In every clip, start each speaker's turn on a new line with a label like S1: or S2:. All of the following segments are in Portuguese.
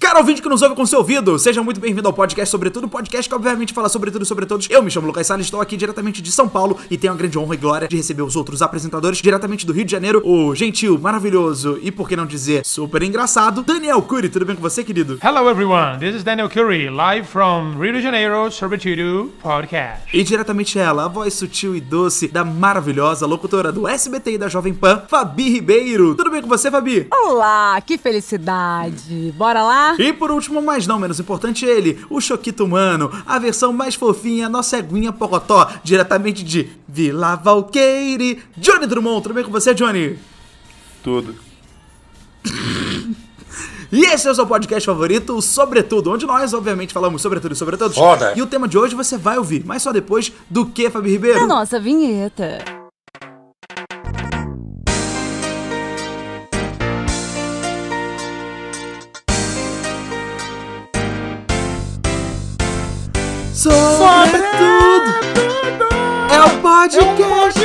S1: Caro ouvinte que nos ouve com seu ouvido, seja muito bem-vindo ao podcast Sobretudo, podcast que obviamente fala sobre tudo e sobre todos. Eu me chamo Lucas Salles, estou aqui diretamente de São Paulo e tenho a grande honra e glória de receber os outros apresentadores diretamente do Rio de Janeiro, o gentil, maravilhoso e, por que não dizer, super engraçado, Daniel Cury. Tudo bem com você, querido?
S2: Hello, everyone. This is Daniel Curie, live from Rio de Janeiro, Sorbetudo Podcast.
S1: E diretamente ela, a voz sutil e doce da maravilhosa locutora do SBT e da Jovem Pan, Fabi Ribeiro. Tudo bem com você, Fabi?
S3: Olá, que felicidade! Bora lá?
S1: E por último, mas não menos importante, ele, o Choquito Humano, a versão mais fofinha, nossa eguinha Pocotó, diretamente de Vila Valqueire, Johnny Drummond. Tudo bem com você, Johnny?
S4: Tudo.
S1: E esse é o seu podcast favorito, o Sobretudo, onde nós, obviamente, falamos sobre tudo e sobre todos.
S4: Foda.
S1: E o tema de hoje você vai ouvir, mas só depois do que, Fabi Ribeiro?
S3: A nossa vinheta.
S1: Sobretudo é o podcast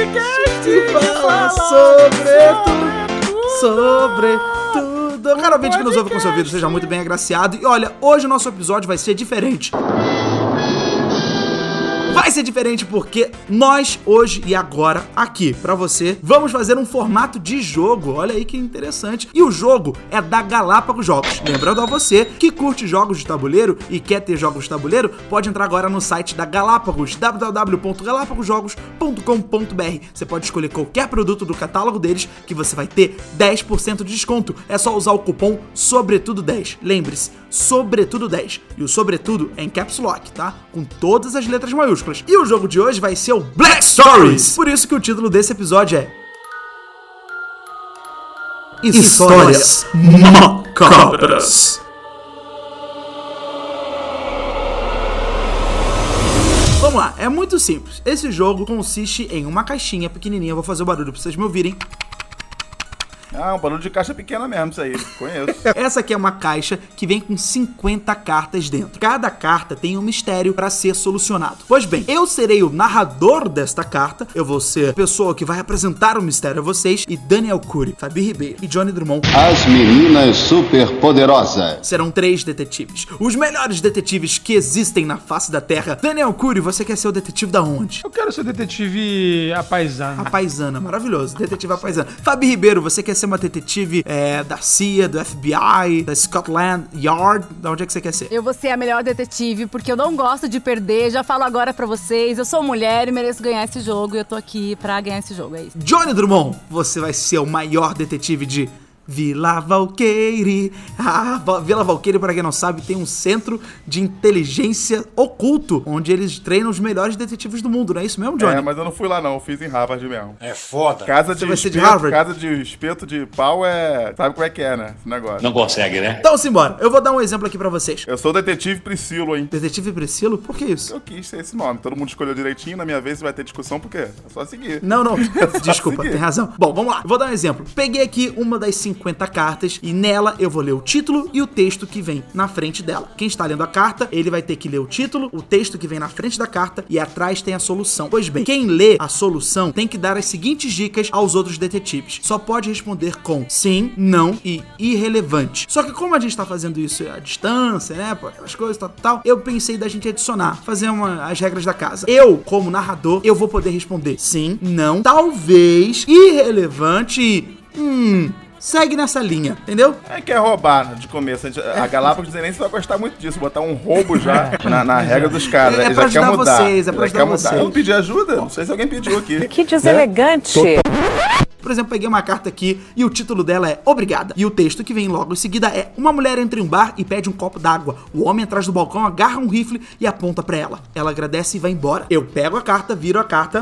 S1: que fala sobretudo, sobretudo. Cara, ouvinte que nos ouve com seu ouvido, seja muito bem agraciado. E olha, hoje o nosso episódio vai ser diferente. Vai ser diferente porque nós, hoje e agora, aqui pra você, vamos fazer um formato de jogo. Olha aí que interessante. E o jogo é da Galápagos Jogos. Lembrando a você que curte jogos de tabuleiro e quer ter jogos de tabuleiro, pode entrar agora no site da Galápagos, www.galapagosjogos.com.br. Você pode escolher qualquer produto do catálogo deles que você vai ter 10% de desconto. É só usar o cupom SOBRETUDO10. Lembre-se, SOBRETUDO10. E o SOBRETUDO é em caps lock, tá? Com todas as letras maiúsculas. E o jogo de hoje vai ser o Black Stories. Por isso que o título desse episódio é Histórias Macabras. Vamos lá, é muito simples. Esse jogo consiste em uma caixinha pequenininha. Eu vou fazer o barulho pra vocês me ouvirem.
S4: Ah, um barulho de caixa pequena mesmo, isso aí. Conheço.
S1: Essa aqui é uma caixa que vem com 50 cartas dentro. Cada carta tem um mistério para ser solucionado. Pois bem, eu serei o narrador desta carta. Eu vou ser a pessoa que vai apresentar o mistério a vocês. E Daniel Cury, Fabi Ribeiro e Johnny Drummond
S5: As meninas superpoderosas.
S1: serão três detetives. Os melhores detetives que existem na face da Terra. Daniel Cury, você quer ser o detetive da onde?
S2: Eu quero ser detetive apaisano.
S1: A paisana, maravilhoso. Detetive a paisana. Fabi Ribeiro, você quer ser uma detetive é, da CIA, do FBI, da Scotland Yard? Da onde é que você quer ser?
S3: Eu vou ser a melhor detetive porque eu não gosto de perder. Já falo agora pra vocês. Eu sou mulher e mereço ganhar esse jogo. E eu tô aqui pra ganhar esse jogo. É isso.
S1: Johnny Drummond, você vai ser o maior detetive de Vila Valqueire. Ah, Va- Vila Valqueire, pra quem não sabe, tem um centro de inteligência oculto, onde eles treinam os melhores detetives do mundo, não é isso mesmo, Johnny?
S4: É, mas eu não fui lá não, eu fiz em Harvard mesmo.
S6: É foda.
S4: Casa de,
S1: vai ser de
S4: espeto,
S1: Harvard?
S4: casa de espeto de pau é. Sabe como é que é, né? Esse negócio.
S6: Não consegue, né?
S1: Então simbora, eu vou dar um exemplo aqui pra vocês.
S4: Eu sou o detetive Priscilo, hein?
S1: Detetive Priscilo? Por que isso?
S4: Eu quis ter esse nome. Todo mundo escolheu direitinho, na minha vez vai ter discussão, porque é só seguir.
S1: Não, não. Desculpa,
S4: seguir.
S1: tem razão. Bom, vamos lá. Vou dar um exemplo. Peguei aqui uma das 50 cartas e nela eu vou ler o título e o texto que vem na frente dela. Quem está lendo a carta, ele vai ter que ler o título, o texto que vem na frente da carta e atrás tem a solução. Pois bem, quem lê a solução tem que dar as seguintes dicas aos outros detetives. Só pode responder com sim, não e irrelevante. Só que como a gente está fazendo isso à distância, né, pô, aquelas coisas, tal, tal, eu pensei da gente adicionar, fazer uma, as regras da casa. Eu, como narrador, eu vou poder responder sim, não, talvez, irrelevante e hum, segue nessa linha, entendeu?
S4: É que é roubar de começo. A, gente, a Galápagos nem se vai gostar muito disso. Botar um roubo já na, na regra dos caras.
S1: É- é
S4: Ele
S1: pra
S4: já quer
S1: ajudar
S4: mudar.
S1: vocês, é pra
S4: Ele já
S1: ajudar
S4: quer mudar.
S1: vocês.
S4: Eu não pedi ajuda. Não sei se alguém pediu aqui.
S7: Que deselegante.
S1: Por exemplo, peguei uma carta aqui e o título dela é Obrigada. E o texto que vem logo em seguida é Uma mulher entra em um bar e pede um copo d'água. O homem atrás do balcão agarra um rifle e aponta pra ela. Ela agradece e vai embora. Eu pego a carta, viro a carta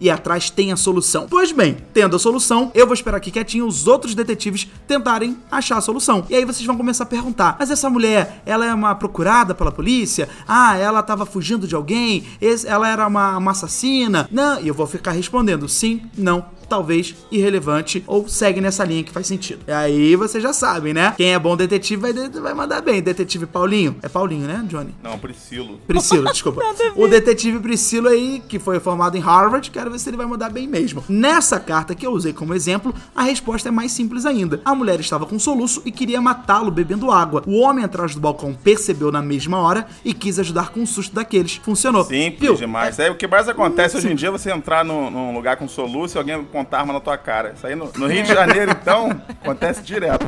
S1: e atrás tem a solução. Pois bem, tendo a solução, eu vou esperar aqui quietinho os outros detetives tentarem achar a solução. E aí vocês vão começar a perguntar: "Mas essa mulher, ela é uma procurada pela polícia? Ah, ela tava fugindo de alguém? Esse- ela era uma, uma assassina?" Não, e eu vou ficar respondendo: "Sim, não, talvez irrelevante ou segue nessa linha que faz sentido. E aí vocês já sabem, né? Quem é bom detetive vai, de- vai mandar bem. Detetive Paulinho. É Paulinho, né, Johnny?
S4: Não, Priscilo.
S1: Priscilo, desculpa. o detetive Priscilo aí, que foi formado em Harvard, que era quero ver se ele vai mudar bem mesmo. Nessa carta que eu usei como exemplo, a resposta é mais simples ainda. A mulher estava com soluço e queria matá-lo bebendo água. O homem atrás do balcão percebeu na mesma hora e quis ajudar com o susto daqueles. Funcionou.
S4: Simples
S1: Viu?
S4: demais. É, o que mais acontece hoje em dia é você entrar num, num lugar com soluço e alguém apontar arma na tua cara. Isso aí no, no Rio de Janeiro, então, acontece direto.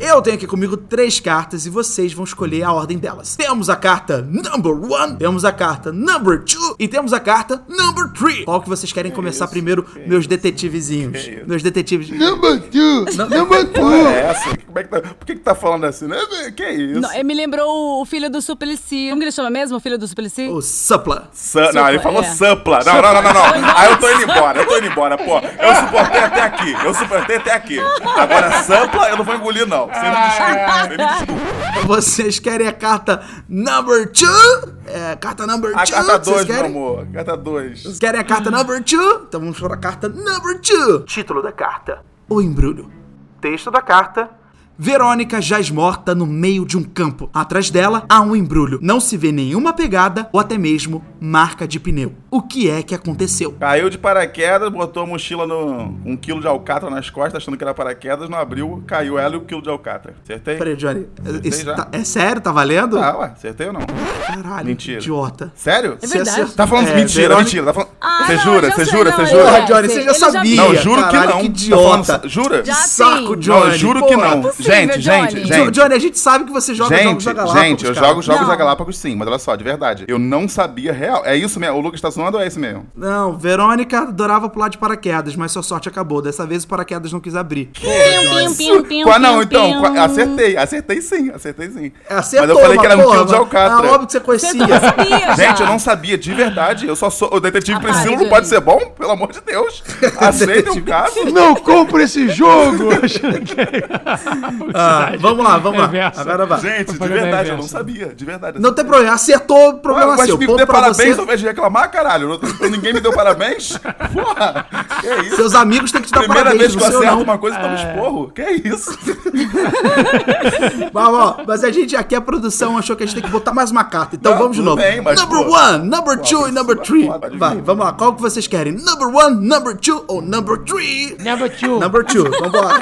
S1: Eu tenho aqui comigo três cartas e vocês vão escolher a ordem delas. Temos a carta number one, temos a carta number two e temos a carta number three. Qual que vocês querem começar
S4: isso,
S1: primeiro,
S4: que
S1: meus detetivezinhos?
S4: que isso.
S1: Meus detetives.
S5: Number two! Number
S4: Olha
S5: two!
S4: essa. Como é que tá, por que, que tá falando assim? né? Que isso?
S3: Não, é ele me lembrou o filho do Suplicy. Como que ele chama mesmo, o filho do Suplicy?
S1: O supla.
S4: Sa- não,
S3: Supla,
S4: ele falou
S3: é.
S4: sampla. Não, não, não, não, não. Ah, eu tô indo embora, eu tô indo embora, pô. Eu suportei até aqui, eu suportei até aqui. Agora, sampla, eu não vou engolir, não. Você me desculpa, você me desculpa.
S1: Vocês querem a carta number two? É, carta number
S4: A
S1: two.
S4: carta
S1: vocês
S4: 2, Ah, meu
S1: querem?
S4: amor, carta 2.
S1: Vocês querem a carta number two? Então vamos para a carta number two. Título da carta: O embrulho. Texto da carta. Verônica jaz morta no meio de um campo. Atrás dela há um embrulho. Não se vê nenhuma pegada ou até mesmo marca de pneu. O que é que aconteceu?
S4: Caiu de paraquedas, botou a mochila no. um quilo de alcatra nas costas, achando que era paraquedas, não abriu, caiu ela e o quilo de alcatra. Acertei?
S1: Peraí, Johnny. Isso
S4: já.
S1: tá- é sério? Tá valendo?
S4: Ah, ué, acertei ou não?
S1: Caralho,
S4: mentira.
S1: idiota.
S4: Sério?
S3: É verdade.
S1: acertou-
S4: Tá falando
S1: É,
S4: mentira,
S1: Verônica-
S4: mentira. Tá falando...
S3: Ah,
S4: Você
S3: não,
S4: jura,
S3: já
S4: você
S3: sei,
S4: jura,
S3: não,
S4: você
S3: eu
S4: jura?
S1: Porra,
S3: É,
S1: Johnny,
S3: sei,
S1: você já
S3: ele já
S1: sabia.
S3: viu.
S4: Não, juro
S1: Caralho,
S4: que não.
S1: Que
S4: Tá falando
S1: idiota.
S4: sa- Jura?
S3: Já
S1: Saco,
S3: sim.
S1: Johnny.
S4: Não, eu juro que
S1: porra.
S4: não.
S3: Não é possível,
S4: gente, gente,
S3: Johnny.
S4: gente.
S1: Jo- Johnny, a gente sabe que você joga jogos
S4: Gente,
S1: da Galápagos,
S4: gente, eu
S1: cara.
S4: jogo jogos
S3: Não.
S4: da Galápagos sim, mas olha só, de verdade. Eu não sabia real. É isso mesmo? O Lucas tá zoando ou é isso mesmo?
S1: Não, Verônica adorava pular de paraquedas, mas sua sorte acabou. Dessa vez o paraquedas não quis abrir.
S4: Qua- não, então, qua- acertei, acertei sim, acertei sim.
S1: É, Acertou,
S4: mas eu falei que era um
S1: porra,
S4: quilo de
S1: mas-
S4: alcatra.
S1: É óbvio que você
S3: Você tá
S1: conhecia.
S3: sabia,
S4: Gente,
S3: já.
S4: eu não sabia, de verdade. Eu só sou. O detetive
S3: Ah,
S4: Priscilo não
S3: Johnny.
S4: pode ser bom? Pelo amor de Deus. Aceita o caso.
S5: Não compre esse jogo!
S1: Ah, vamos lá, vamos lá.
S2: Reversa.
S1: Agora vai.
S4: Gente, de
S2: Propaganda
S4: verdade, eu não
S2: inversa.
S4: sabia. De verdade.
S1: Não tem problema, acertou, o problema é
S4: Ué, mas
S1: seu.
S4: me
S1: Ponto
S4: dê
S1: pra você.
S4: parabéns ao invés de reclamar, caralho. Eu- Ninguém me deu parabéns? Porra! Que é isso?
S1: Seus amigos têm que te dar
S4: Primeira
S1: parabéns,
S4: vez que eu
S1: você ou
S4: acerto
S1: não.
S4: uma coisa e tomo esporro. Que é isso?
S1: Mas, ó, mas a gente, aqui a produção achou que a gente tem que botar mais uma carta. Então
S4: Não,
S1: vamos de
S4: tudo
S1: novo.
S4: bem, mas,
S1: number
S4: pô,
S1: one, number
S4: pô,
S1: two e
S4: isso
S1: number
S4: é
S1: three.
S4: foda de
S1: Vai,
S4: mim.
S1: vamos lá. Qual que vocês querem? Number one, number two ou number three?
S2: Number two.
S1: Number two, vambora.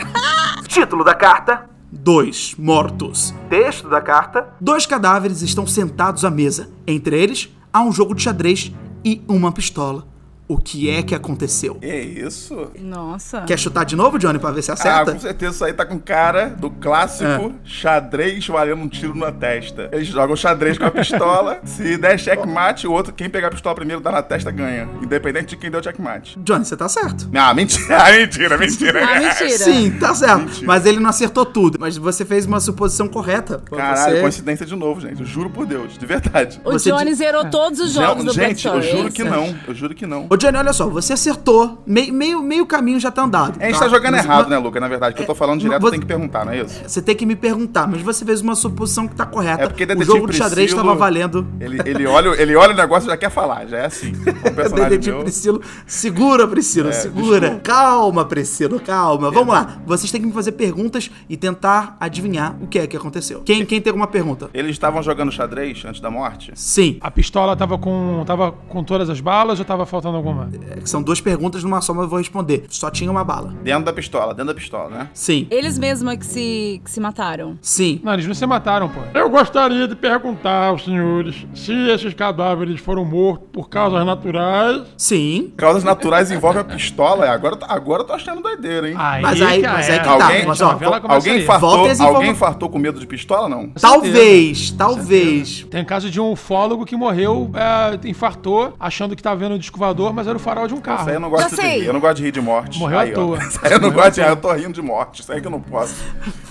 S1: Título da carta: Dois mortos. Texto da carta: Dois cadáveres estão sentados à mesa. Entre eles, há um jogo de xadrez e uma pistola. O que é que aconteceu?
S4: Que isso?
S3: Nossa.
S1: Quer chutar de novo, Johnny, pra ver se
S4: Ah,
S1: acerta?
S4: com certeza isso aí tá com cara do clássico
S1: É.
S4: xadrez valendo um tiro na testa. Eles jogam xadrez com a pistola. se der checkmate, o outro, quem pegar a pistola primeiro dá na testa, ganha. Independente de quem deu checkmate.
S1: Johnny, você tá certo.
S4: Ah, mentira, mentira, mentira.
S3: Ah, mentira.
S1: Sim, tá certo. Mas ele não acertou tudo. Mas você fez uma suposição correta.
S4: Caralho,
S1: você...
S4: coincidência de novo, gente. Eu juro por Deus, de verdade.
S3: O
S1: Você
S3: Johnny
S1: di-
S3: zerou todos os
S4: Ah. Não,
S3: jogos do Black
S4: gente, eu
S3: Story, é
S4: juro que
S3: isso?
S4: não. Eu juro que não.
S1: Ô, Johnny, olha só, você acertou. Meio, meio, meio caminho já tá andado.
S4: A gente tá jogando
S1: Mas-
S4: errado, né, Luca? Na verdade, que eu tô falando direto,
S1: mas-
S4: tem que perguntar, não é isso?
S1: Você tem que me perguntar, mas você fez uma suposição que tá correta.
S4: É porque
S1: o
S4: detetive
S1: jogo de xadrez
S4: Priscilo-
S1: tava valendo.
S4: Ele, ele, olha, o- ele olha o negócio e já quer falar, já é assim. É um
S1: O
S4: personagem
S1: detetive
S4: meu. É,
S1: Priscilo. Segura, Priscilo, segura. Calma, Priscilo, calma. Vamos lá. Vocês têm que me fazer perguntas e tentar adivinhar o que é que aconteceu. Quem, quem tem alguma pergunta?
S4: Eles estavam jogando xadrez antes da morte?
S1: Sim.
S2: A pistola tava com. tava com todas as balas ou tava faltando alguma?
S1: É que São duas perguntas numa só, mas eu vou responder. Só tinha uma bala.
S4: Dentro da pistola, dentro da pistola, né?
S1: Sim.
S3: Eles mesmos é que se, que se mataram.
S1: Sim.
S2: Não, eles não se mataram, pô. Eu gostaria de perguntar aos senhores se esses cadáveres foram mortos por causas naturais.
S1: Sim.
S4: Causas naturais envolvem a pistola. é, Agora, eu tô- agora eu tô achando doideira, hein?
S2: Aí,
S1: Mas aí- mas aí que tá,
S4: Alguém,
S1: mas ó,
S4: alguém,
S1: Volta
S4: infartou,
S1: as informa-
S4: alguém infartou com medo de pistola, não?
S1: Talvez, talvez.
S2: Tem caso de um ufólogo que morreu, é, infartou, achando que tá vendo o descovador, mas era o farol de um
S4: Isso aí eu
S2: carro.
S4: não gosto
S3: Já
S4: de
S3: sei.
S4: rir. Eu não gosto de rir de morte.
S2: Morreu
S4: aí,
S2: à
S4: ó.
S2: toa.
S4: Isso aí eu não gosto de rir, eu tô rindo de morte. Isso aí que eu não posso.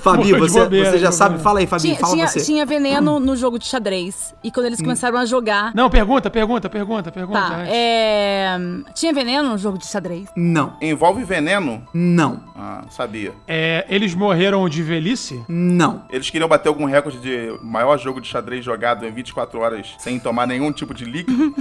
S1: Fabi,
S2: Morreu de
S1: você,
S2: bobeira,
S4: né,
S1: você já
S2: de
S1: sabe.
S2: bobeira.
S1: Fala aí, Fabi,
S3: Tinha,
S1: fala
S3: tinha-
S1: você.
S3: tinha
S4: Hum.
S3: veneno no jogo de xadrez. E quando eles começaram a jogar.
S2: Não, pergunta, pergunta, pergunta, pergunta.
S3: Tá,
S2: antes.
S3: é. Tinha veneno no jogo de xadrez?
S1: Não,
S4: Envolve veneno?
S1: não,
S4: Ah, sabia.
S2: É, eles morreram de velhice?
S1: não.
S4: Eles queriam bater algum recorde de maior jogo de xadrez jogado em 24 horas sem tomar nenhum tipo de líquido.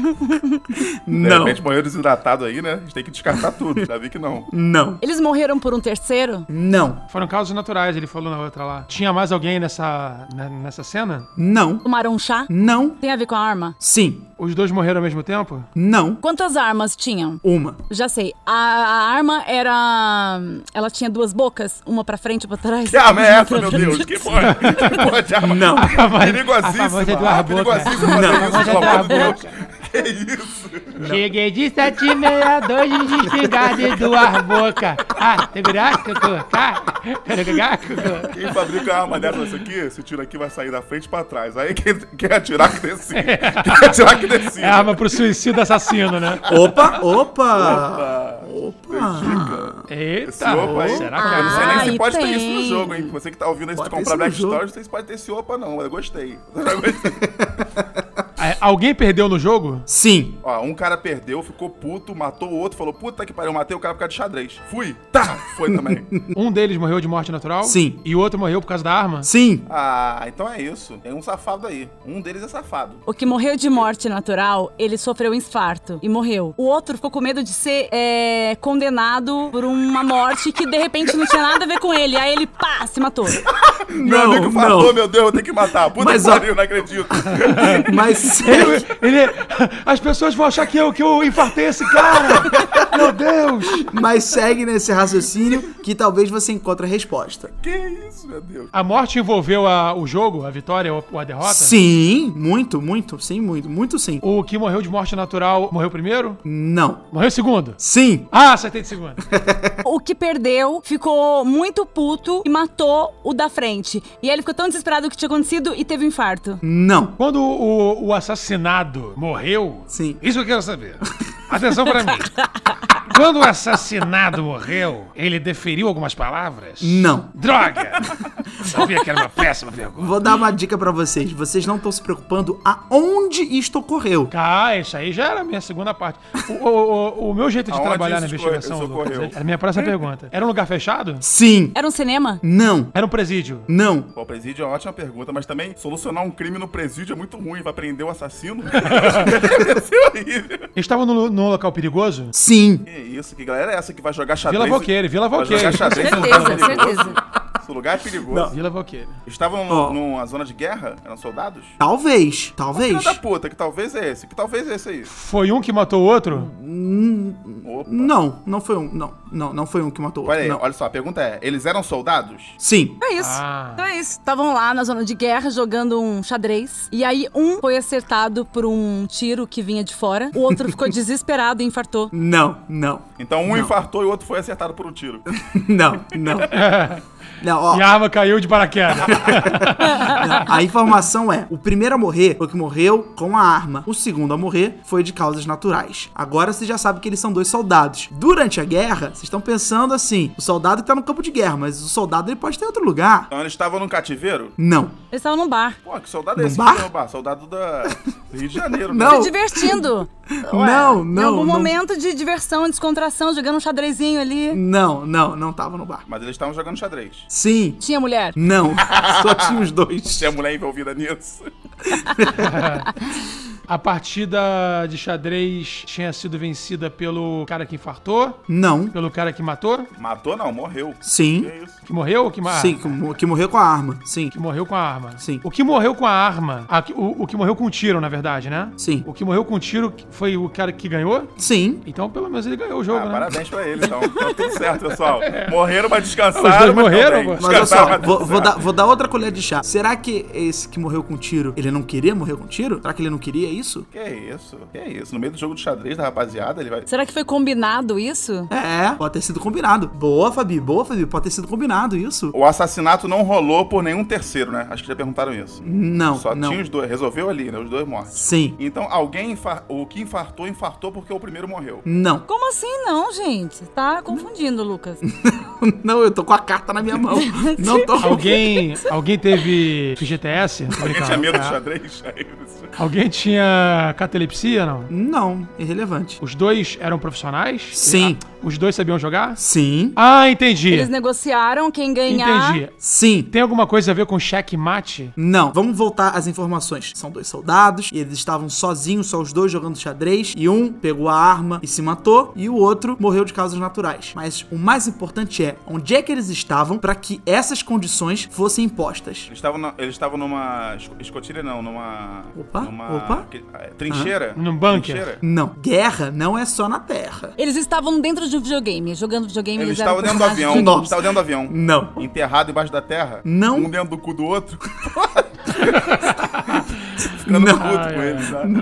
S4: De
S1: Não.
S4: repente morreram desidratado aí, né? A gente tem que descartar tudo. Já vi que não.
S1: Não.
S3: Eles morreram por um terceiro?
S4: Hum.
S1: Não.
S2: Foram causas naturais, ele falou na outra lá. Tinha mais alguém nessa, ne- nessa cena?
S1: Não.
S3: Tomaram um chá?
S4: Hum.
S1: Não.
S3: Tem a ver com a arma?
S1: Sim.
S2: Os dois morreram ao mesmo tempo?
S1: Não.
S3: Quantas armas tinham?
S1: Uma.
S3: Já sei. A, a arma era. Ela tinha duas bocas, uma pra frente e pra trás.
S4: Que arma é essa, meu Deus? Que porra? Que porra de arma?
S1: Não.
S4: é
S1: é
S2: A famosa
S4: Perigosíssima.
S2: Eduardo
S4: Ah,
S2: Boca.
S4: perigosíssima
S1: Não. é
S4: fazer
S2: Famosa
S4: isso, pelo amor de
S2: Eduardo
S4: Deus. Que isso?
S2: Cheguei de 762 de espingarda e do arboca. Ah, segurar, cucu, cá. Pegar, cucu.
S4: Quem fabrica uma arma dessas aqui, esse tiro aqui vai sair da frente pra trás. Aí quem quer atirar que decide.
S1: É.
S4: Quem atirar que decide.
S2: É arma pro suicídio assassino, né?
S1: Opa, opa.
S2: Eita,
S4: Esse opa aí.
S2: será
S4: Eu não
S2: que
S4: sei nem
S3: Ah,
S4: se
S3: e
S4: pode ter
S3: tem.
S4: isso no jogo, hein? Você que tá ouvindo isso,
S1: Pode
S4: de
S1: ter
S4: comprar
S1: isso
S4: Black
S1: no jogo.
S4: Stories, não sei se pode ter esse opa, não. mas Eu gostei. Eu gostei.
S2: Ah, alguém perdeu no jogo?
S1: Sim.
S4: Ó, um cara perdeu, ficou puto, matou o outro, falou, puta que pariu, matei o cara por causa de xadrez. Fui. Tá, foi também.
S2: Um deles morreu de morte natural?
S1: Sim.
S2: E o outro morreu por causa da arma?
S1: Sim.
S4: ah, então é isso. Tem um safado aí. Um deles é safado.
S3: O que morreu de morte natural, ele sofreu um infarto e morreu. O outro ficou com medo de ser é, condenado por uma morte que de repente não tinha nada a ver com ele. Aí ele, pá, se matou.
S4: Meu
S1: não,
S4: amigo falou, né?
S1: não.
S4: meu Deus, eu tenho que matar. Puta
S1: Mas,
S4: que
S1: ó-
S4: pariu, não acredito.
S1: Mas sério.
S2: Ele. As pessoas vão achar que eu, que eu infartei esse cara! Meu Deus!
S1: Mas segue nesse raciocínio que talvez você encontre a resposta.
S4: que isso, meu Deus.
S2: A morte envolveu a- o jogo, a vitória ou a derrota?
S1: Sim, muito, muito, sim, muito, muito sim.
S2: O que morreu de morte natural morreu primeiro?
S1: Não.
S2: Morreu segundo?
S1: Sim.
S2: Ah, acertei de segundo.
S3: O que perdeu ficou muito puto e matou o da frente. E aí ele ficou tão desesperado que tinha acontecido e teve um infarto.
S1: Não.
S2: Quando o, o assassinado morreu.
S1: Sim.
S2: Isso eu quero saber. Atenção pra mim. Quando o assassinado morreu, ele deferiu algumas palavras?
S1: Não.
S2: Droga! Sabia que era uma péssima pergunta.
S1: Vou dar uma dica pra vocês. Vocês não estão se preocupando aonde isto ocorreu.
S2: Ah, isso aí já era a minha segunda parte. O, o- o- o meu jeito de
S4: Aonde
S2: trabalhar na
S4: isso
S2: investigação,
S4: escorre- isso
S2: Lucas,
S4: ocorreu?
S2: era a minha próxima pergunta. Era um lugar fechado?
S1: Sim.
S3: Era um cinema?
S1: Não.
S2: Era um presídio?
S1: Não.
S4: Pô, presídio é uma ótima pergunta, mas também solucionar um crime no presídio é muito ruim. Vai prender o assassino? Isso é horrível.
S2: Eles estavam num, num local perigoso?
S1: Sim.
S4: Que isso, que galera é essa que vai jogar xadrez?
S2: Vila Valqueire, Vila
S4: Vai
S2: Valqueire.
S4: jogar xadrez num lugar
S3: Certeza,
S4: perigoso?
S3: certeza.
S4: Esse lugar é perigoso.
S2: Vila Valqueire.
S4: Estavam
S1: Ó.
S4: numa zona de guerra? Eram soldados?
S1: Talvez.
S4: Filha
S1: Talvez.
S4: da puta, que talvez é esse, que talvez é esse aí.
S2: Foi um que matou o outro?
S4: Opa.
S1: Não. Não foi um. Não. Não. Não foi um que matou. o outro,
S4: Olha aí,
S1: não.
S4: olha só, a pergunta é: eles eram soldados?
S1: Sim.
S3: É isso.
S2: Ah.
S3: Então é isso. Estavam lá na zona de guerra jogando um xadrez. E aí um foi acertado por um tiro que vinha de fora. O outro ficou desesperado e infartou.
S1: Não. Não.
S4: Então um
S1: Não.
S4: infartou e o outro foi acertado por um tiro.
S1: Não. Não. Não. Ó.
S4: Ah.
S2: E a arma caiu de paraquedas.
S1: Não, a informação é: o primeiro a morrer foi o que morreu com a arma, o segundo a morrer foi de causas naturais. Agora você já sabe que eles são dois soldados. Durante a guerra, vocês estão pensando assim: o soldado tá no campo de guerra, mas o soldado ele pode ter outro lugar.
S4: Então eles estavam num cativeiro?
S1: Não,
S3: Eles estavam num bar.
S4: Pô, que soldado é
S1: Num
S4: esse?
S1: bar?
S4: Não, bah, soldado da... do Rio de Janeiro, né?
S1: Não.
S3: Se divertindo.
S1: Não, não,
S3: Em algum
S1: não.
S3: momento de diversão, descontração, jogando um xadrezinho ali.
S1: não, não, não tava no bar.
S4: Mas eles estavam jogando xadrez.
S1: Sim,
S3: Tinha mulher.
S1: não, só tinha os dois.
S4: Tinha mulher envolvida nisso.
S2: A partida de xadrez tinha sido vencida pelo cara que infartou,
S1: Não,
S2: pelo cara que matou,
S4: Matou não, morreu. Que
S1: sim,
S4: isso?
S2: que morreu ou que matou?
S1: sim, que, mo- que morreu com a arma, sim.
S2: Que morreu com a arma.
S1: Sim.
S2: O que morreu com a arma. a que- o, o que morreu com o tiro, na verdade, né?
S1: Sim.
S2: O que morreu com o tiro foi o cara que ganhou.
S1: Sim,
S2: Então, pelo menos, ele ganhou o
S4: Ah,
S2: jogo, né?
S4: parabéns pra ele, então. Tá tudo certo, pessoal. Morreram, mas descansaram.
S2: Os dois
S4: mas
S2: morreram,
S4: também.
S2: pô. Mas
S1: mas olha
S4: Descansaram,
S1: só,
S4: mas
S1: vou, vou
S4: descansaram.
S1: dar, vou dar outra colher de chá. Será que esse que morreu com tiro, ele não queria morrer com tiro? Será que ele não queria isso?
S4: Que isso, que isso. No meio do jogo de xadrez da rapaziada, ele vai...
S3: Será que foi combinado isso?
S1: É, pode ter sido combinado. Boa, Fabi, boa, Fabi, pode ter sido combinado isso.
S4: O assassinato não rolou por nenhum terceiro, né? Acho que já perguntaram isso.
S1: Não,
S4: Só
S1: não.
S4: tinha os dois. Resolveu ali, né? Os dois mortos.
S1: Sim,
S4: Então, alguém, infar- o que infartou, infartou porque o primeiro morreu.
S1: não.
S3: Como assim não, gente? Tá confundindo, Lucas.
S1: Não, eu tô com a carta na minha mão. Não tô.
S2: Alguém, alguém teve FGTS? Tô
S4: Alguém
S2: brincando.
S1: Tá,
S4: tinha medo de
S2: É.
S4: xadrez? É isso.
S2: Alguém tinha tinha catalepsia, não?
S1: Não, irrelevante.
S2: Os dois eram profissionais?
S1: Sim.
S2: Ah, os dois sabiam jogar?
S1: Sim,
S2: Ah, entendi.
S3: Eles negociaram quem ganhar.
S2: Entendi.
S1: sim.
S2: Tem alguma coisa a ver com checkmate?
S1: Não, vamos voltar às informações. São dois soldados e eles estavam sozinhos, só os dois jogando xadrez. E um pegou a arma e se matou, e o outro morreu de causas naturais. Mas o mais importante é onde é que eles estavam para que essas condições fossem impostas.
S4: Eles estavam, na- eles estavam numa esco- escotilha, não, numa.
S1: Opa,
S4: numa-
S1: opa.
S4: que- ah, Trincheira?
S2: Num bunker.
S4: Trincheira.
S1: Não, guerra não é só na Terra.
S3: Eles estavam dentro de um videogame, jogando videogame.
S4: Eles
S3: eram
S4: estavam dentro do
S3: personagens
S4: avião.
S1: Nossa.
S4: Eles estavam dentro do avião.
S1: Não.
S4: Enterrado embaixo da terra.
S1: Não.
S4: Um dentro do cu do outro. Ficando
S1: Não.
S4: puto com eles, sabe?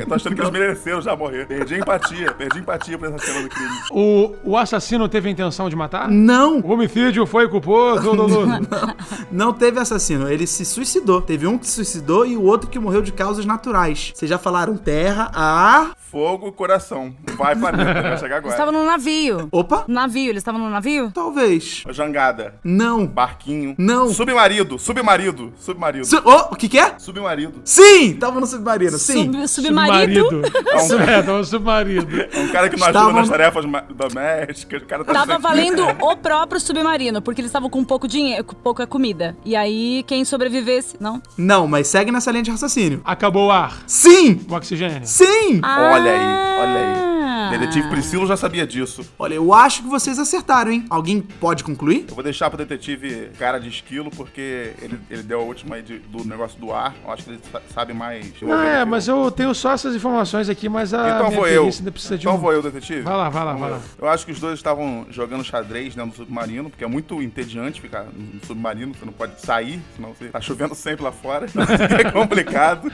S4: Eu tô achando que eles mereceram já morrer. Perdi a empatia. Perdi a empatia por essa cena do crime.
S2: O, o assassino teve a intenção de matar?
S1: Não,
S2: O homicídio foi culposo. Lulu.
S1: não teve assassino. Ele se suicidou. Teve um que se suicidou e o outro que morreu de causas naturais. Vocês já falaram terra, ar.
S4: Fogo, coração. Vai, planeta. Vai chegar
S3: Eles
S4: agora.
S3: estavam num navio. Um
S1: Opa!
S3: Navio, eles estavam num navio?
S1: Talvez.
S4: Jangada.
S1: Não.
S4: Barquinho.
S1: Não.
S4: Submarido. Submarido. Submarido.
S1: Su- oh, o que que é?
S4: Submarido.
S1: Sim! Tava no submarino, sim.
S3: Sub- submarido.
S4: É um,
S2: É, tava no submarido.
S4: é um cara que não ajuda
S1: Estavam-
S4: nas tarefas ma- domésticas. O cara tá
S3: Tava
S4: sempre-
S3: valendo o próprio submarino, porque eles estavam com pouco dinheiro, com pouca comida. E aí, quem sobrevivesse. Não?
S1: Não, mas segue nessa linha de raciocínio.
S2: Acabou o ar.
S1: Sim!
S2: O oxigênio.
S1: Sim!
S4: Olha aí, olha
S3: Ah.
S4: aí. Detetive Priscilo já sabia disso.
S1: Olha, eu acho que vocês acertaram, hein? Alguém pode concluir?
S4: Eu vou deixar pro detetive cara de esquilo, porque ele, ele deu a última aí de- do negócio do ar. Eu acho que ele sa- sabe mais.
S2: Não, é, mas eu tenho só essas informações aqui, mas a
S4: Então
S2: minha
S4: vou eu.
S2: perícia ainda precisa de
S4: Então
S2: um-
S4: vou eu, detetive.
S2: Vai lá, vai lá,
S4: Então
S2: vai
S4: eu.
S2: lá.
S4: Eu acho que os dois estavam jogando xadrez dentro do submarino, porque é muito entediante ficar no submarino, você não pode sair, senão você tá chovendo sempre lá fora. é complicado.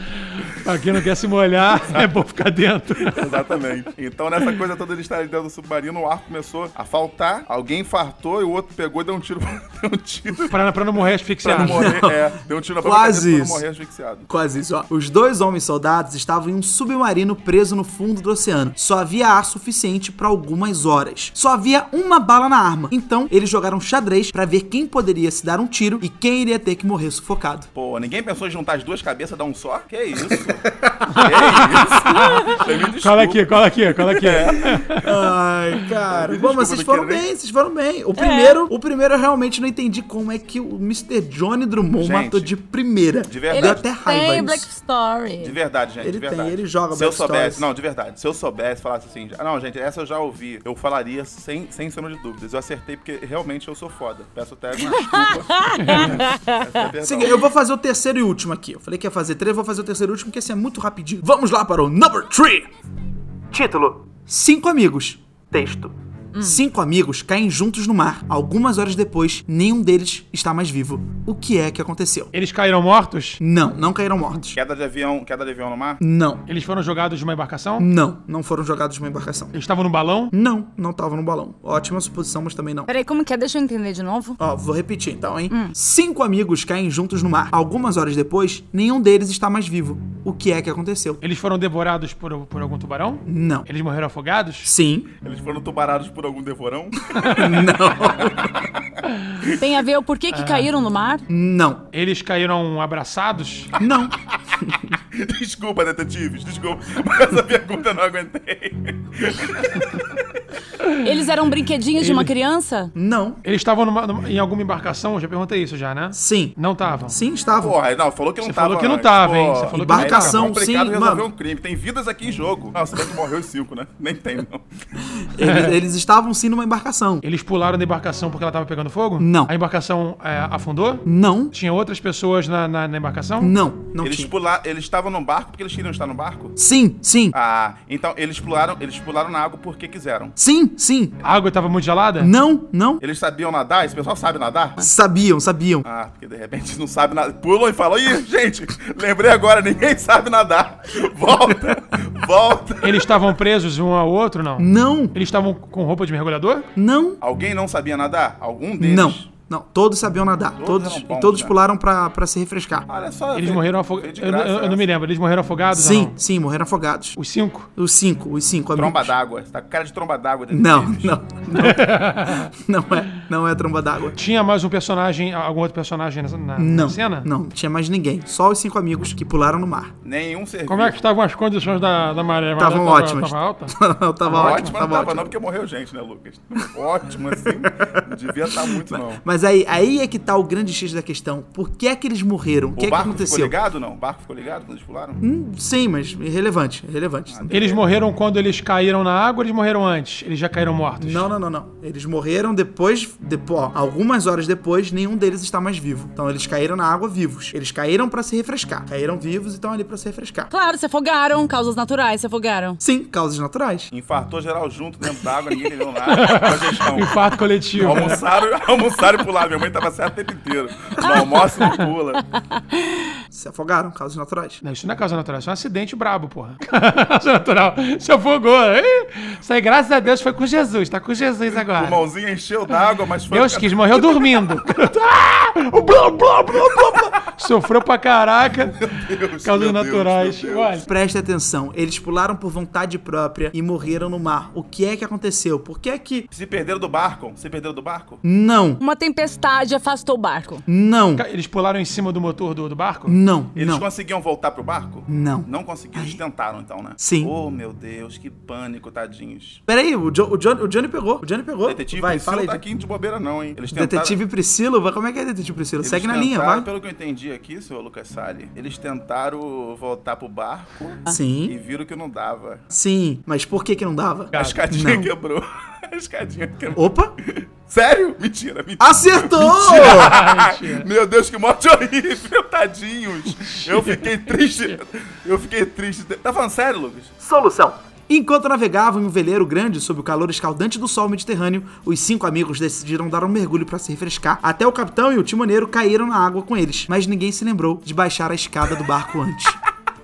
S2: Pra quem não quer se molhar, é bom ficar dentro.
S4: Exatamente. Então, nessa coisa toda de estar dentro do submarino, o ar começou a faltar, alguém fartou e o outro pegou e deu um tiro, deu um tiro
S2: Pra, pra não morrer
S4: pra
S2: asfixiado.
S4: não morrer. É, deu um tiro na própria
S1: Quase
S4: cabeça pra não
S1: isso.
S4: morrer asfixiado.
S1: Quase isso, ó. Os dois homens soldados estavam em um submarino preso no fundo do oceano. Só havia ar suficiente para algumas horas. Só havia uma bala na arma. Então, eles jogaram xadrez para ver quem poderia se dar um tiro e quem iria ter que morrer sufocado.
S4: Pô, ninguém pensou em juntar as duas cabeças e dar um só? Que isso? que isso? Você me desculpa.
S2: Cola aqui, cola aqui, cola aqui.
S4: É.
S1: Ai, cara. Bom, mas vocês
S4: não
S1: foram
S4: quero nem-
S1: bem, vocês foram bem.
S3: É.
S1: O primeiro, o primeiro eu realmente não entendi como é que o Mr. Johnny Drummond
S4: Gente,
S1: matou de primeira.
S4: de
S3: Ele
S4: verdade.
S1: Deu até raiva
S3: tem
S1: isso.
S3: Black Story.
S4: De verdade, gente.
S1: Ele
S4: de
S1: tem,
S4: verdade.
S1: ele joga
S4: Se eu
S1: Black Stories.
S4: soubesse, não, de verdade. Se eu soubesse, falasse assim, ah, não, gente, essa eu já ouvi, eu falaria sem, sem sombra de dúvidas. Eu acertei porque realmente eu sou foda. Peço até uma desculpa. Peço até perdão.
S1: Seguinte, eu vou fazer o terceiro e último aqui. Eu falei que ia fazer três, vou fazer o terceiro e último, porque esse é muito rapidinho. Vamos lá para o number three. Título: Cinco amigos. Texto.
S3: Hum.
S1: Cinco amigos caem juntos no mar. Algumas horas depois, nenhum deles está mais vivo. O que é que aconteceu?
S2: Eles caíram mortos?
S1: Não, não caíram mortos.
S4: Queda de avião, queda de avião no mar?
S1: Não,
S2: Eles foram jogados de uma embarcação?
S1: não, não foram jogados de uma embarcação.
S2: Eles estavam no balão?
S1: Não, não tava no balão. Ótima suposição, mas também não.
S3: Peraí, como que é? Deixa eu entender de novo.
S1: Ó, vou repetir então, hein? Cinco amigos caem juntos no mar. Algumas horas depois, nenhum deles está mais vivo. O que é que aconteceu?
S2: Eles foram devorados por, por algum tubarão?
S1: Não.
S2: Eles morreram afogados?
S1: Sim.
S4: Eles foram tubarados por algum devorão?
S3: Tem a ver o porquê que caíram no mar?
S1: Não.
S2: Eles caíram abraçados?
S1: Não.
S4: desculpa, detetives, desculpa. Mas essa pergunta eu não aguentei.
S3: Eles eram brinquedinhos de uma criança?
S1: Não.
S2: Eles estavam numa- numa- em alguma embarcação? Eu já perguntei isso já, né?
S1: Sim.
S2: Não estavam.
S1: Sim, estavam.
S4: Porra, não, falou que não
S2: Você
S4: tava.
S2: falou que não
S4: antes.
S2: tava, hein?
S4: Pô,
S2: Você falou
S1: que não tava. Embarcação,
S4: É complicado
S1: sim,
S4: resolver
S1: mano.
S4: um crime. Tem vidas aqui em jogo. Nossa, bem que morreu cinco, né? Nem tem, não.
S1: Eles, eles estavam sim numa embarcação.
S2: Eles pularam da embarcação porque ela tava pegando fogo?
S1: Não.
S2: A embarcação é, afundou?
S1: Não.
S2: Tinha outras pessoas na, na- na embarcação?
S1: Não. Não
S4: Eles
S1: tinha.
S4: pularam, eles estavam no barco porque eles queriam estar no barco?
S1: Sim, sim.
S4: Ah, então eles pularam, eles pularam na água porque quiseram.
S1: Sim, sim.
S2: A água tava muito gelada?
S1: Não, não.
S4: Eles sabiam nadar? Esse pessoal sabe nadar?
S1: Sabiam, sabiam.
S4: Ah, porque de repente não sabe nadar. Pulam e falam, ih, gente, lembrei agora, ninguém sabe nadar. Volta, volta.
S2: Eles estavam presos um ao outro, não?
S1: Não,
S2: Eles estavam com roupa de mergulhador?
S1: não,
S4: Alguém não sabia nadar? Algum deles?
S1: não. Não, todos sabiam nadar.
S4: Todos
S1: Todos,
S4: eram bons,
S1: e todos
S4: né?
S1: pularam pra, pra se refrescar.
S4: Olha só.
S2: Eles
S4: veio-
S2: morreram
S4: veio
S2: afogados.
S4: é de
S2: Eu, eu-
S4: graça
S2: eu
S4: essa.
S2: não me lembro. Eles morreram afogados ou
S1: Sim,
S2: não?
S1: sim, morreram afogados.
S2: Os cinco?
S1: Os cinco, os cinco. amigos.
S4: Tromba d'água. Você tá com cara de tromba d'água.
S1: Não,
S4: detetives.
S1: não. Não, não é. Não é tromba d'água.
S2: Tinha mais um personagem, algum outro personagem nessa- na, na
S1: Não.
S2: cena?
S1: Não, tinha mais ninguém. Só os cinco amigos que pularam no mar.
S4: Nenhum serviço.
S2: Como é que estavam as condições da, da maré? A maré
S1: Estavam
S2: tava-
S1: ótimas.
S2: Tava alta?
S1: Não, tava
S2: tá?
S1: ótimo,
S4: Ótimo, não
S1: tava
S4: tava
S1: tá ótimo.
S4: não, porque morreu gente, né, Lucas? Ótimo, assim. Não devia estar muito, não.
S1: Mas aí, aí é que tá o grande X da questão. Por que é que eles morreram? O que
S4: O
S1: é que
S4: barco ficou
S1: aconteceu?
S4: ligado, não? O barco ficou ligado quando eles pularam?
S1: Hum, Sim, mas irrelevante, irrelevante.
S2: Eles morreram quando eles caíram na água ou eles morreram antes? Eles já caíram mortos?
S1: Não, não, não, não. Eles morreram depois, depo- ó, algumas horas depois, nenhum deles está mais vivo. Então eles caíram na água vivos. Eles caíram pra se refrescar. Caíram vivos e estão ali pra se refrescar.
S3: Claro, se afogaram, causas naturais, se afogaram.
S1: Sim, causas naturais.
S4: Infartou geral junto dentro d'água, ninguém entendeu nada. Foi a gestão.
S2: Infarto coletivo. né?
S4: Almoçaram, almoçaram e pularam. Minha mãe tava certa o tempo inteiro. No almoço não pula.
S1: Se afogaram, causas naturais.
S2: Não, isso não é causa natural, isso é um acidente brabo, porra. causa natural. Se afogou. hein? Isso aí, graças a Deus, foi com Jesus. Tá com Jesus
S4: O
S2: agora.
S4: pulmãozinho encheu d'água, mas foi.
S2: Deus quis, morreu dormindo. Ah! Blá, blá, blá, blá, blá. Sofreu pra caraca.
S4: Deus,
S2: Causas
S4: meu Deus,
S2: naturais.
S4: meu Deus.
S2: Olha.
S1: Preste atenção, eles pularam por vontade própria e morreram no mar. O que é que aconteceu? Por que é que.
S4: Se perderam do barco? Se perderam do barco?
S1: Não,
S3: Uma tempestade afastou o barco.
S1: não,
S2: Ca- Eles pularam em cima do motor do, do barco?
S1: não,
S4: Eles
S1: não.
S4: conseguiam voltar pro barco?
S1: Não.
S4: Não conseguiram, eles tentaram então, né?
S1: Sim.
S4: Oh, meu Deus, que pânico, tadinhos.
S1: Peraí, o, Jo- o Johnny, o Johnny pegou. O Johnny pegou.
S4: Detetive
S1: Oh, vai,
S4: Priscila
S1: fala aí.
S4: tá aqui de bobeira, não, hein? Eles tentaram.
S1: Detetive Priscila? vai- Como é que é Detetive Priscila?
S4: eles
S1: Segue na linha,
S4: tentaram,
S1: vai.
S4: Pelo que eu entendi aqui, seu Lucas Salles, eles tentaram voltar pro barco e
S1: Ah. Sim,
S4: viram que não dava.
S1: sim. Mas por que que não dava?
S4: A escadinha
S1: Não.
S4: quebrou. A escadinha quebrou.
S1: Opa!
S4: Sério? Mentira, mentira.
S1: Acertou!
S4: Meu Deus, que morte horrível, tadinhos. Eu fiquei triste. Eu fiquei triste. Tá falando sério, Lucas?
S1: Solução. Enquanto navegavam em um veleiro grande sob o calor escaldante do sol mediterrâneo, os cinco amigos decidiram dar um mergulho para se refrescar. Até o capitão e o timoneiro caíram na água com eles, mas ninguém se lembrou de baixar a escada do barco antes.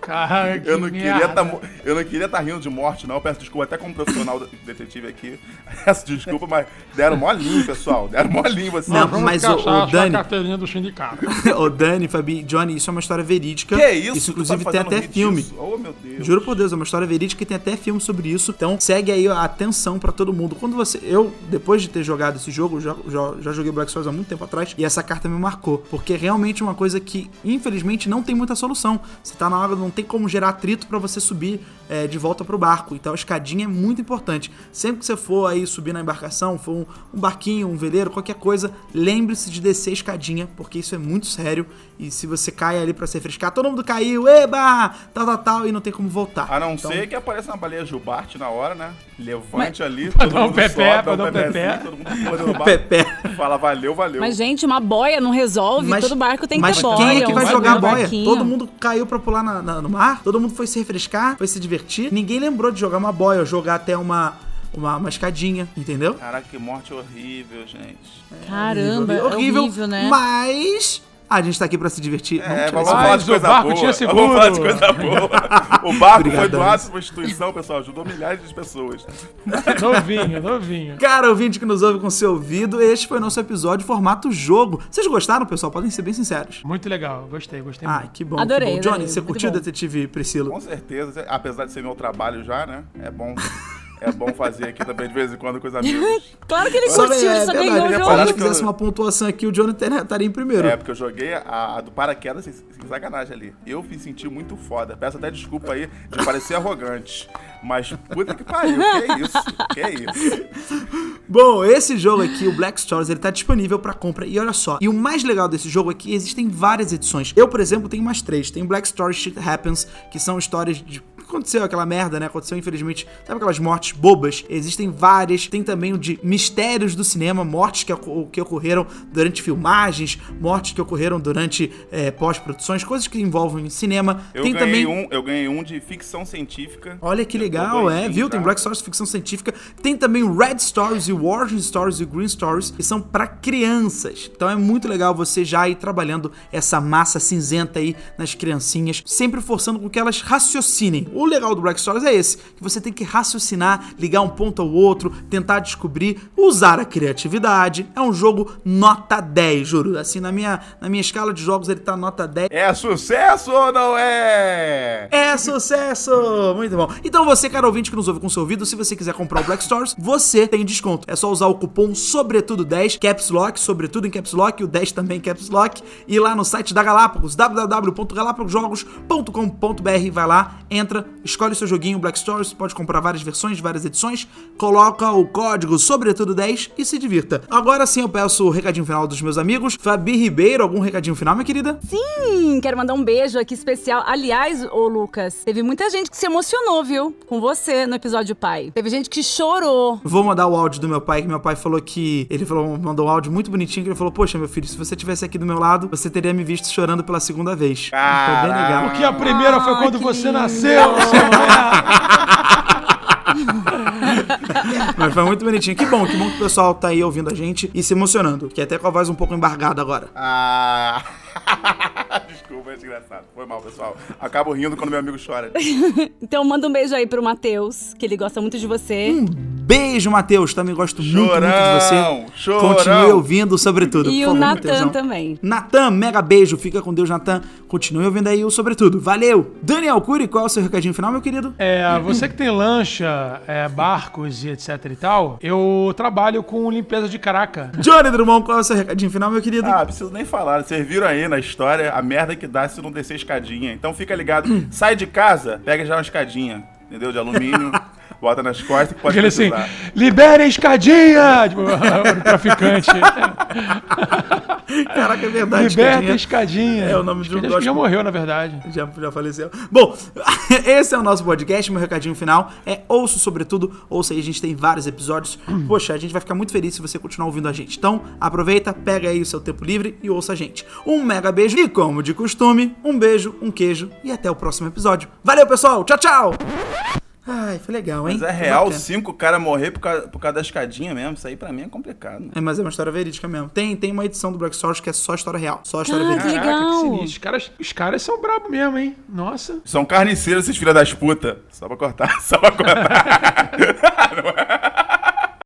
S2: Caraca,
S4: Eu não
S2: que
S4: queria
S2: merda.
S4: tá, mo- eu não queria tá rindo de morte, não. Eu peço desculpa até como profissional de- detetive aqui. Peço desculpa, mas deram mó linho, pessoal. Deram mó assim. linho, vocês.
S1: Não,
S2: Vamos
S1: mas o,
S2: caçar a
S1: o
S2: sua
S1: Dani,
S2: carteirinha do sindicato.
S1: o Dani, Fabi, Johnny, isso é uma história verídica.
S4: Que é isso? Tu
S1: inclusive
S4: tá
S1: tem
S4: fazendo
S1: até
S4: rir
S1: filme.
S4: disso? Oh, meu Deus.
S1: Juro por Deus, é uma história verídica e tem até filme sobre isso. Então segue aí a atenção pra todo mundo. Quando você. Eu, depois de ter jogado esse jogo, já, já, já joguei Black Souls há muito tempo atrás, e essa carta me marcou. Porque é realmente uma coisa que, infelizmente, não tem muita solução. Você tá na água, não tem como gerar atrito pra você subir é, de volta pro barco. Então a escadinha é muito importante. Sempre que você for aí subir na embarcação, for um, um barquinho, um veleiro, qualquer coisa, lembre-se de descer a escadinha, porque isso é muito sério. E se você cai ali pra se refrescar, todo mundo caiu, eba! Tal, tal, tal, e não tem como voltar.
S4: A não
S1: Então,
S4: ser que apareça uma baleia Jubarte na hora, né? Levante ali,
S2: Pra
S4: todo
S2: dar um
S4: mundo
S2: pepé, pra
S4: sobe, dá
S2: dar um pepé.
S4: pepézinho, todo mundo pula no barco.
S1: Pepé.
S4: Fala, valeu, valeu.
S3: Mas, gente, uma boia não resolve.
S1: Mas-
S3: Todo barco tem que
S1: mas
S3: ter boia.
S1: quem é que vai
S3: um
S1: jogar a boia?
S3: barquinho.
S1: Todo mundo caiu pra pular na- na- no mar, todo mundo foi se refrescar, foi se divertir. Ninguém lembrou de jogar uma boia, ou jogar até uma, uma, uma escadinha, entendeu?
S4: Caraca, que morte horrível, gente.
S3: Caramba, é horrível, né?
S1: Mas a gente tá aqui pra se divertir. Vamos
S4: É,
S1: tirar
S4: vamos
S1: isso.
S4: falar
S2: Mas
S4: de
S2: o
S4: coisa
S2: barco
S4: boa.
S2: tinha seguro.
S4: Vamos falar de coisa boa. O barco foi
S1: Obrigado.
S4: doado pra uma instituição, pessoal. Ajudou milhares de pessoas.
S2: Novinho, novinho.
S1: Cara, ouvinte que nos ouve com seu ouvido, este foi nosso episódio formato jogo. Vocês gostaram, pessoal? Podem ser bem sinceros.
S2: Muito legal, gostei, gostei
S1: Ah, que bom.
S3: Adorei,
S1: que bom. Johnny,
S3: adorei,
S1: você
S3: muito
S1: curtiu o
S3: bom.
S1: Detetive Priscila?
S4: Com certeza, apesar de ser meu trabalho já, né? É bom, é bom fazer aqui também de vez em quando com os amigos.
S3: Claro que ele
S1: Sobre-
S3: curtiu, ele
S1: é
S3: sabia
S1: verdade, né?
S3: que é o
S1: Se
S3: jogo.
S4: Parece
S1: eu
S4: que eu-
S1: fizesse uma pontuação aqui, o Johnny teria- estaria em primeiro.
S4: É, porque eu joguei a, a do paraquedas sem, sem sacanagem ali. Eu me senti muito foda. Peço até desculpa aí de parecer arrogante. Mas puta que pariu, que é isso? Que isso?
S1: Bom, esse jogo aqui, o Black Stories, ele tá disponível pra compra. E olha só, e o mais legal desse jogo é que existem várias edições. Eu, por exemplo, tenho umas três. Tem Black Stories Shit Happens, que são histórias de. Aconteceu aquela merda, né? Aconteceu, infelizmente, sabe aquelas mortes bobas? Existem várias. Tem também o de mistérios do cinema, mortes que, oco- que ocorreram durante filmagens, mortes que ocorreram durante eh, pós-produções, coisas que envolvem cinema.
S4: Eu,
S1: tem
S4: ganhei
S1: também.
S4: um, eu ganhei um de ficção científica.
S1: Olha que
S4: Eu tô
S1: legal, é,
S4: doidinho,
S1: viu? Tem
S4: tá?
S1: Black Stories, ficção científica. Tem também o Red Stories e o Orange Stories e o Green Stories, que são pra crianças. Então é muito legal você já ir trabalhando essa massa cinzenta aí nas criancinhas, sempre forçando com que elas raciocinem. O legal do Black Stories é esse, que você tem que raciocinar, ligar um ponto ao outro, tentar descobrir, usar a criatividade. É um jogo nota 10, juro. Assim, na minha, na minha escala de jogos ele tá nota 10.
S4: É sucesso ou não é?
S1: É sucesso! Muito bom. Então você, cara ouvinte que nos ouve com seu ouvido, se você quiser comprar o Black Stores, você tem desconto. É só usar o cupom SOBRETUDO10, Caps Lock, sobretudo em Caps Lock, o 10 também em Caps Lock, e lá no site da Galápagos, www.galapagosjogos.com.br, vai lá, entra, escolhe o seu joguinho Black Stories, pode comprar várias versões, várias edições, coloca o código SOBRETUDO10 e se divirta. Agora sim eu peço o recadinho final dos meus amigos. Fabi Ribeiro, algum recadinho final, minha querida?
S3: Sim, quero mandar um beijo aqui especial. Aliás, ô Lucas, teve muita gente que se emocionou, viu? Com você no episódio Pai. Teve gente que chorou.
S1: Vou mandar o áudio do meu pai, que meu pai falou que. Ele falou, mandou um áudio muito bonitinho, que ele falou: Poxa, meu filho, se você tivesse aqui do meu lado, você teria me visto chorando pela segunda vez. Foi bem legal.
S5: Porque a primeira foi
S3: Ah,
S5: quando
S3: que
S5: você
S3: lindo.
S5: nasceu. seu merda.
S1: Mas foi muito bonitinho. Que bom, que bom que o pessoal tá aí ouvindo a gente e se emocionando. Que até com a voz um pouco embargada agora.
S4: Ah. Desculpa, é desgraçado. Foi mal, pessoal. Acabo rindo quando meu amigo chora.
S3: Então manda um beijo aí pro Matheus, que ele gosta muito de você.
S1: Um beijo, Matheus. Também gosto muito, muito de
S4: Chorão,
S1: você.
S4: chorão.
S1: Continue ouvindo, sobretudo. por
S3: e o
S1: favor,
S3: Natan
S1: Matheusão.
S3: também.
S1: Natan, mega beijo. Fica com Deus, Natan. Continue ouvindo aí o sobretudo. Valeu. Daniel Cury, qual é o seu recadinho final, meu querido?
S5: É,
S2: Você que tem lancha, é, barcos e etc e tal, eu trabalho com limpeza de caraca.
S1: Johnny Drummond, qual é o seu recadinho final, meu querido?
S4: Ah, preciso nem falar. Vocês viram aí na história a merda que dá se não descer escadinha. Então fica ligado. Sai de casa, pega já uma escadinha, entendeu? De alumínio, bota nas costas que pode
S2: Aquele assim,
S4: precisar.
S2: libera a escadinha! Tipo, o traficante.
S1: Caraca, é verdade.
S2: Liberta
S1: Cadinha.
S2: a escadinha.
S1: É o nome de um
S2: Acho que já
S1: gospel.
S2: morreu, na verdade.
S1: Já, já faleceu. Bom, esse é o nosso podcast. Meu recadinho final é ouço sobretudo. Ouça aí, a gente tem vários episódios. Poxa, a gente vai ficar muito feliz se você continuar ouvindo a gente. Então, aproveita, pega aí o seu tempo livre e ouça a gente. Um mega beijo e, como de costume, um beijo, um queijo e até o próximo episódio. Valeu, pessoal! Tchau, tchau! Ai, foi legal, hein?
S4: Mas é
S1: Foi
S4: real,
S1: bacana.
S4: cinco cara morrer por causa, por causa da escadinha mesmo. Isso aí pra mim é complicado.
S1: É, mas é uma história verídica mesmo. Tem, tem uma edição do Black Stories que é só história real. Só história
S3: Ah, que
S1: verídica.
S3: legal.
S2: sinistro. Os caras, os caras são brabo mesmo, hein? Nossa.
S4: São carniceiros, esses filha das putas. Só pra cortar, só pra cortar. Não é?